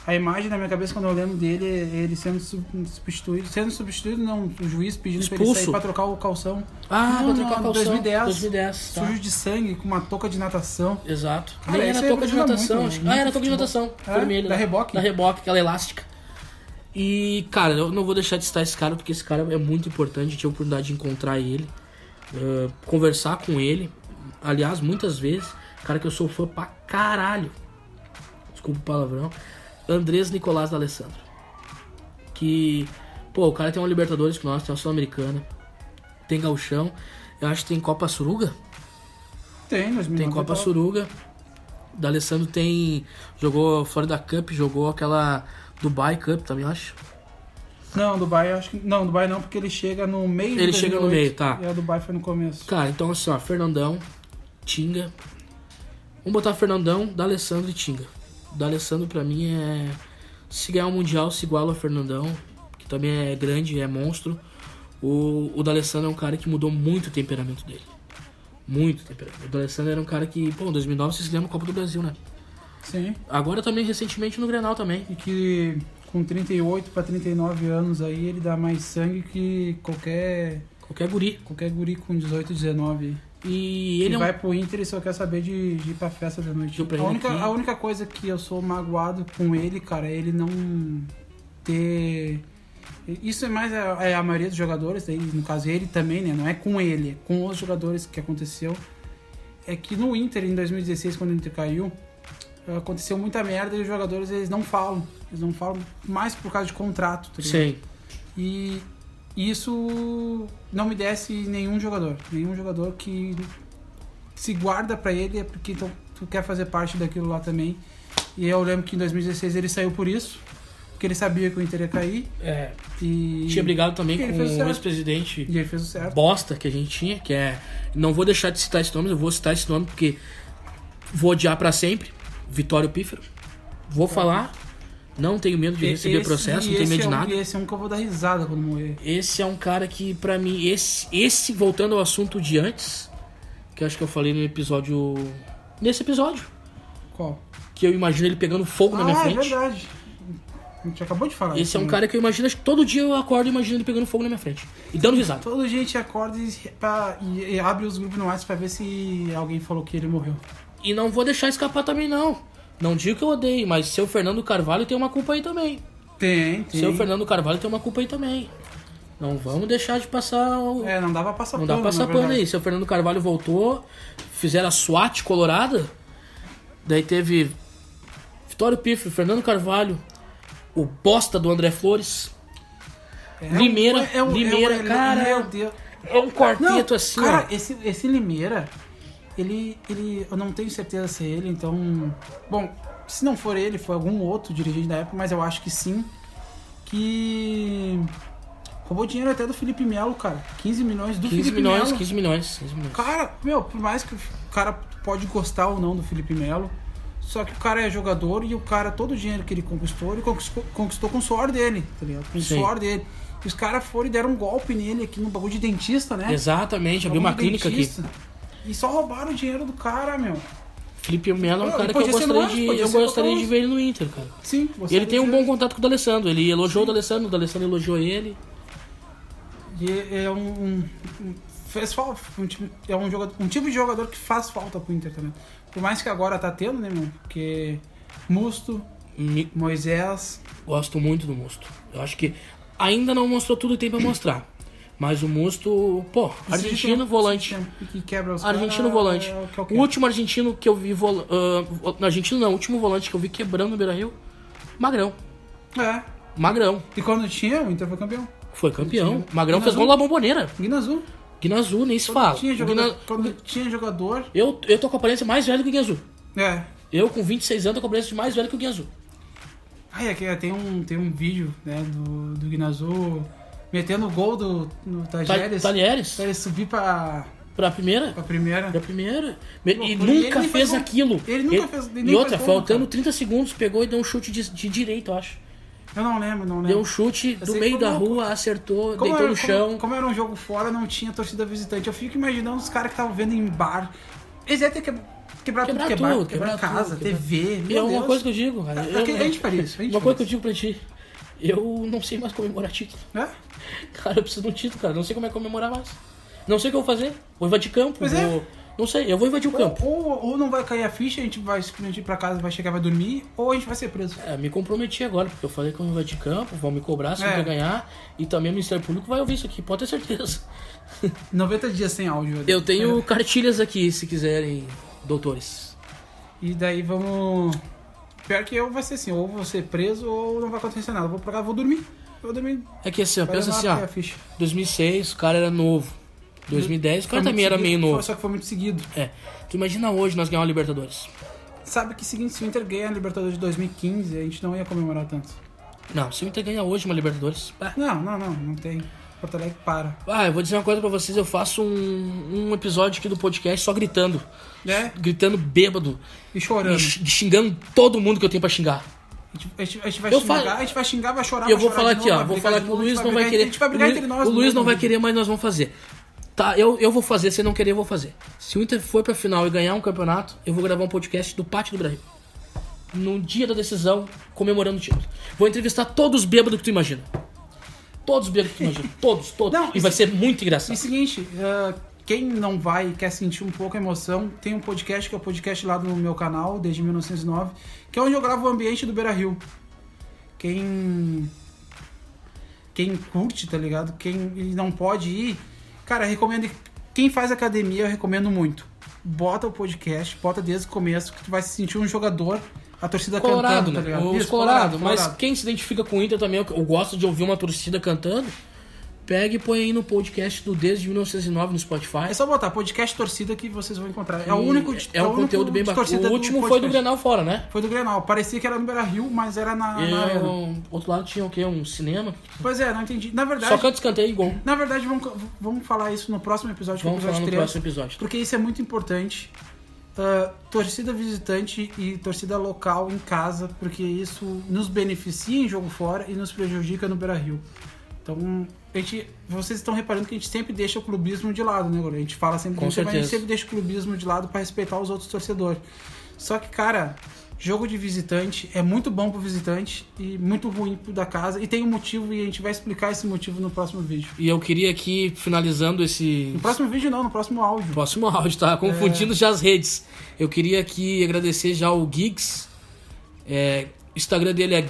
A imagem na minha cabeça quando eu lembro dele, é ele sendo sub- substituído. Sendo substituído, não, o juiz pedindo pra ele
Expulso.
sair pra trocar o calção.
Ah,
Não,
vou trocar
não,
o calção.
2010.
2010, tá.
Sujo de sangue, com uma touca de natação.
Exato.
Cara,
Nem
isso
era
Ah, aí
touca de
ajuda
natação.
muito,
acho que-
né?
Ah, era touca de natação.
É?
Vermelho.
Da
né?
reboque?
Da reboque, aquela elástica. E, cara, eu não vou deixar de citar esse cara, porque esse cara é muito importante. Eu tive a oportunidade de encontrar ele, eh, conversar com ele. Aliás, muitas vezes. Cara que eu sou fã pra caralho. Desculpa o palavrão. Andrés Nicolás da Alessandro. Que, pô, o cara tem uma Libertadores com nós, tem uma Sul-Americana, tem Galchão, eu acho que tem Copa Suruga.
Tem, 2009.
Tem Copa
tá-
Suruga. Da Alessandro tem. Jogou Florida Cup, jogou aquela Dubai Cup também, eu acho.
Não, Dubai eu acho que. Não, Dubai não, porque ele chega no meio
Ele
de
chega no
2008,
meio, tá.
E a Dubai foi no começo.
Cara, então assim, ó, Fernandão, Tinga. Vamos botar Fernandão, D'Alessandro e Tinga. D'Alessandro pra mim é. Se ganhar o Mundial, se iguala a Fernandão, que também é grande, é monstro. O, o D'Alessandro é um cara que mudou muito o temperamento dele. Muito o temperamento. O D'Alessandro era um cara que, pô, em 2009 vocês ganham a Copa do Brasil, né?
Sim.
Agora também, recentemente, no Grenal também.
E que com 38 pra 39 anos aí ele dá mais sangue que qualquer.
Qualquer guri.
Qualquer guri com 18, 19.
E
Ele
ele é um...
vai pro Inter e só quer saber de, de ir pra festa da noite.
Eu pra
A
ele
única,
aqui.
a única coisa que eu sou magoado com ele, cara, é ele não ter. Isso é mais a, é a maioria dos jogadores, daí, no caso ele também, né? Não é com ele, é com os jogadores que aconteceu. É que no Inter, em 2016, quando o Inter caiu, aconteceu muita merda e os jogadores eles não falam. Eles não falam mais por causa de contrato, tá ligado?
Sim.
E isso não me desce nenhum jogador. Nenhum jogador que se guarda pra ele é porque tu, tu quer fazer parte daquilo lá também. E eu lembro que em 2016 ele saiu por isso, porque ele sabia que o Inter ia cair.
É,
E
tinha brigado também
um Ele
com
fez
o
certo.
ex-presidente
E ele fez o certo.
bosta que a gente tinha, que é. Não vou deixar de citar esse nome, eu vou citar esse nome porque vou odiar pra sempre. Vitório Pífero. Vou falar. Não tenho medo de receber
Esse-
processo,
e
não tenho
esse
medo de
é um-
nada.
e esse é um que eu vou dar risada quando morrer.
Esse é um cara que, pra mim, esse, esse, voltando ao assunto de antes, que eu acho que eu falei no episódio. Nesse episódio,
Qual?
que eu imagino ele pegando fogo na minha
ah, é
frente.
verdade. A gente acabou de falar
Esse é um
né?
cara que eu imagino, acho que todo dia eu acordo imaginando ele pegando fogo na minha frente. E dando risada.
Todo dia a gente acorda e, se- pra- e- e abre os grupos no WhatsApp pra ver se alguém falou que ele morreu.
E não vou deixar escapar também, não. Não digo que eu odeio, mas seu Fernando Carvalho tem uma culpa aí também.
Tem, tem.
Seu Fernando Carvalho tem uma culpa aí também. Não vamos deixar de passar o.
É, não dá pra passar
não dá pra passar
na
pano
verdade.
aí. Seu Fernando Carvalho voltou, fizeram a SWAT colorada. Daí teve Vitório Pifre, Fernando Carvalho, o bosta do André Flores.
É um-
Limeira,
é um- é um-
Limeira,
é um-
cara.
Meu Deus.
É um
Não,
quarteto assim,
cara,
ó.
esse, esse Limeira, ele, ele. Eu não tenho certeza se é ele, então. Bom, se não for ele, foi algum outro dirigente da época, mas eu acho que sim. Que. Roubou dinheiro até do Felipe Melo, cara. 15 milhões do
15
Felipe
milhões,
Melo.
15 milhões, 15 milhões.
Cara, meu, por mais que o cara pode gostar ou não do Felipe Melo, só que o cara é jogador e o cara, todo o dinheiro que ele conquistou, ele conquistou, conquistou com o suor dele, tá ligado? Com o
Sim.
suor dele. E os caras foram e deram um golpe nele aqui no bagulho de dentista, né?
Exatamente, abriu uma
Bagulho de
clínica aqui.
dentista. E só roubaram o dinheiro do cara, meu.
Felipe Melo é um
Ele
cara que eu
podia ser
gostaria
nós,
de.
podia
Eu
ser
gostaria
qualquer
de
um.
ver ele no Inter, cara.
Sim,
E
você
ele tem um
disse.
bom contato com o D'Alessandro. Ele elogiou o D'Alessandro, o D'Alessandro elogiou ele.
E é um. um- fez falta. Um, time- é um, jogador, um tipo de jogador que faz falta pro Inter também. Por mais que agora tá tendo, né, meu? Porque. Musto,
Me-
Moisés.
Gosto muito do Musto. Eu acho que ainda não mostrou tudo que tem pra mostrar. Mas o Musto, pô,
Tipo,
argentino volante.
Que quebra os
Argentino
caras,
volante.
é o que eu
O
quero.
último argentino que eu vi. Vol... ah, vo- não, argentino não, o último volante que eu vi quebrando no Beira Rio. Magrão.
É.
Magrão.
E quando tinha, o Inter foi campeão.
Foi campeão.
Argentino.
Magrão fez
Guinazu.
gol na bomboneira.
Guinazu.
Guinazu, nem se
Quando
fala.
Tinha
Ah, O
jogador,
Guina-
Quando tinha jogador.
Eu, eu tô com a aparência mais velha que o Guinazu.
É.
Eu, com 26 anos, tô com a aparência mais velha que o Guinazu.
Ai, é que é, tem um, tem um vídeo, né, do, do Guinazu metendo o gol do, do Tajeres.
Talheres,
Pra ele subir pra,
pra primeira.
pra primeira.
Da primeira. Me-
Pô,
e
por-
nunca
ele nem
fez
faz gol.
aquilo.
Ele nunca fez- ele
E
nem
outra,
faz gol,
faltando
cara.
30 segundos, pegou e deu um chute de, de direito, eu acho.
Eu não lembro, não
Deu
lembro.
um chute do
sei que
meio
foi
da
louco.
rua, acertou,
Como
deitou
era-
no
Como,
chão.
como era um jogo fora, não tinha torcida visitante. Eu fico imaginando os caras que estavam vendo em bar. Eles iam ter que
Quebrar
quebrar, tudo, quebrar,
tudo,
quebrar,
quebrar
casa,
tudo, quebrar-
TV.
E é
Meu
uma
Deus.
coisa que eu digo, cara.
A-
Eu,
aqui- a gente faria isso, a gente
uma coisa que eu
faria
digo pra ti. Eu não sei mais comemorar título.
Né?
Cara, eu preciso de um título, cara. Não sei como é comemorar mais. Não sei o que eu vou fazer. Vou invadir campo.
Pois é.
vou... Não sei, eu vou invadir o
Ou,
campo.
ou, ou não vai cair a ficha, a gente vai simplesmente ir pra casa, vai chegar, vai dormir, ou a gente vai ser preso.
É, me comprometi agora, porque eu falei que eu vou invadir campo, vão me cobrar se
É.
eu ganhar. E também o Ministério Público vai ouvir isso aqui, pode ter certeza.
90 dias sem áudio. É.
Eu tenho cartilhas aqui, se quiserem, doutores.
E daí vamos. Pior que eu vai ser assim, ou vou ser preso ou não vai acontecer nada. Eu vou pra casa, vou dormir. Eu vou dormir.
É que assim, ó,
Vai
pensa
levar
assim,
até
ó.
a ficha.
2006, o cara era novo. 2010, o
Foi
cara também
muito
era
seguido,
meio
foi-
novo.
Só que foi muito seguido.
É. Tu imagina hoje nós ganhar uma Libertadores.
Sabe que seguinte, se o Inter ganha a Libertadores de 2015, a gente não ia comemorar tanto.
Não, se o Inter ganhar hoje uma Libertadores. Ah,
Não, não, não, não tem. Porto Alegre para.
Ah, eu vou dizer uma coisa pra vocês, eu faço um, um episódio aqui do podcast só gritando.
É?
Gritando bêbado.
E
E
chorando.
x- xingando todo mundo que eu tenho pra xingar.
A gente, a gente- a gente vai
Eu
xingar,
falo-
a gente vai xingar, vai chorar,
E eu
vai
vou
chorar
falar
Tá de
aqui,
novo,
ó.
vai
Vou
brigar
falar
de
que o
novo, a
Luiz
gente
não vai
brigar-
querer.
A gente vai
o
brigar
Luiz-
entre nós.
O Luiz não vai
mesmo. né?
querer, mas nós vamos fazer. Tá, eu, eu vou fazer, se não querer, eu vou fazer. Se o Inter for pra final e ganhar um campeonato, eu vou gravar um podcast do Pátio do Brasil. No dia da decisão, comemorando o título. Vou entrevistar todos os bêbados que tu imagina. Todos os bêbados que tu imagina. Todos, todos.
Não,
e vai
isso-
ser muito
E
engraçado.
seguinte, ah, quem não vai e quer sentir um pouco a emoção, tem um podcast que é o podcast lá no meu canal, desde 1909, que é onde eu gravo o ambiente do Beira Rio. Quem. Quem curte, tá ligado? Quem não pode ir, cara, recomendo. Quem faz academia, eu recomendo muito. Bota o podcast, bota desde o começo, que tu vai se sentir um jogador, a torcida
Colorado,
cantando, tá
né?
ligado?
Os
Isso,
Colorado, mas
Colorado.
quem se identifica com o Inter também, eu, eu gosto de ouvir uma torcida cantando. Pega e põe aí no podcast do Desde 1909 no Spotify.
É só botar podcast torcida que vocês vão encontrar. É o
E
único
é um conteúdo bem bacana. O último foi do
Granal.
Grenal fora, né?
Foi do Grenal. Parecia que era no Beira Rio, mas era na.
E
na arena.
um- outro lado tinha o quê? Um cinema?
Pois é, não entendi. Na
Só
verdade,
canto escanteio e gol.
na verdade vamos, vamos falar isso no próximo episódio, que é o
Vamos falar
episódio
no
3.
próximo episódio.
Porque isso é muito importante. Ah, torcida visitante e torcida local em casa, porque isso nos beneficia em jogo fora e nos prejudica no Beira Rio. Então, a gente, vocês estão reparando que a gente sempre deixa o clubismo de lado, né, goleiro? A gente fala sempre
Com
isso, mas a gente
certeza.
sempre deixa o clubismo de lado para respeitar os outros torcedores. Só que, cara, Jogo de visitante é muito bom pro visitante e muito ruim pro da casa. E tem um motivo e a gente vai explicar esse motivo no próximo vídeo.
E eu queria aqui, finalizando esse
No próximo vídeo não, no próximo áudio.
próximo áudio, tá? Confundindo já as redes. Eu queria aqui agradecer já o Gigs. É, o Instagram dele é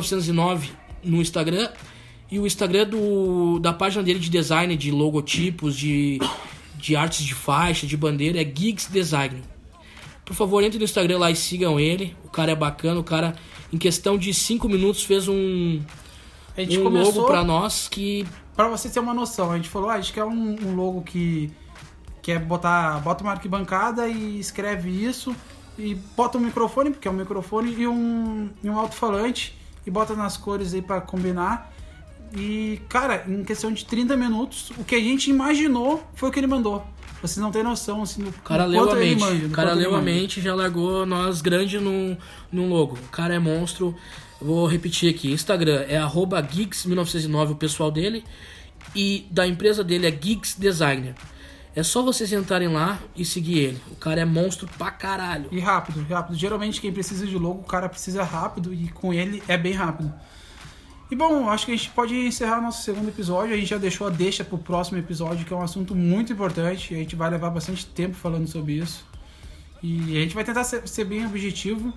Gigs1909 no Instagram. E o Instagram do, da página dele de design, de logotipos, de, de artes de faixa, de bandeira, é Gigs Design. Por favor, entre no Instagram lá e sigam ele. O cara é bacana, o cara, em questão de 5 minutos, fez um,
A gente
um
começou
logo pra nós que
Pra você ter uma noção, a gente falou, ah, a gente quer um, um logo que quer botar, bota uma arquibancada e escreve isso e bota um microfone, porque é um microfone e um, e um alto-falante e bota nas cores aí pra combinar. E, cara, em questão de 30 minutos, o que a gente imaginou foi o que ele mandou. Vocês não têm noção, assim, do
O cara
do
leu a
quanto ele
mente.
manja, do
o cara
quanto ele
leu a
manja.
mente e já largou nós grande num, num logo. O cara é monstro. Vou repetir aqui. Instagram é arroba Geeks1909, o pessoal dele. E da empresa dele é Geeks Designer. É só vocês entrarem lá e seguir ele. O cara é monstro pra caralho.
E rápido, rápido. Geralmente quem precisa de logo, o cara precisa rápido e com ele é bem rápido. E bom, acho que a gente pode encerrar nosso segundo episódio. A gente já deixou a deixa pro próximo episódio, que é um assunto muito importante. A gente vai levar bastante tempo falando sobre isso. E a gente vai tentar ser, ser bem objetivo.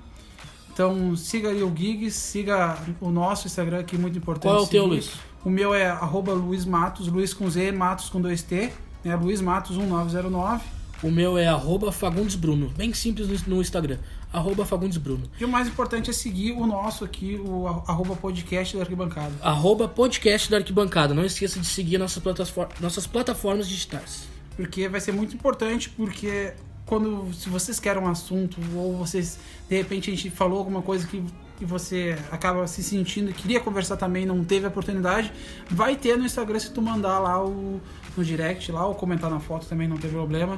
Então siga aí o Gigs, siga o nosso Instagram, que é muito importante.
Qual é o teu,
seguir.
Luiz?
O meu é arroba Luiz Matos, Luiz com Z, Matos com 2T, né? Luiz Matos 1909.
O meu é arroba Fagundes Bruno. Bem simples no no Instagram. Arroba Fagundes Bruno.
E o mais importante é seguir o nosso aqui, o ar- arroba podcast da Arquibancada.
Arroba podcast da Arquibancada. Não esqueça de seguir nossas, plataform- nossas plataformas digitais.
Porque vai ser muito importante, porque quando se vocês querem um assunto, ou vocês, de repente, a gente falou alguma coisa que, que você acaba se sentindo, queria conversar também, não teve a oportunidade, vai ter no Instagram se tu mandar lá o, no direct, lá, ou comentar na foto também, não tem problema.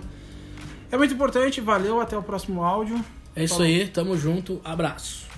É muito importante, valeu, até o próximo áudio.
É isso aí. Tamo junto. Abraço.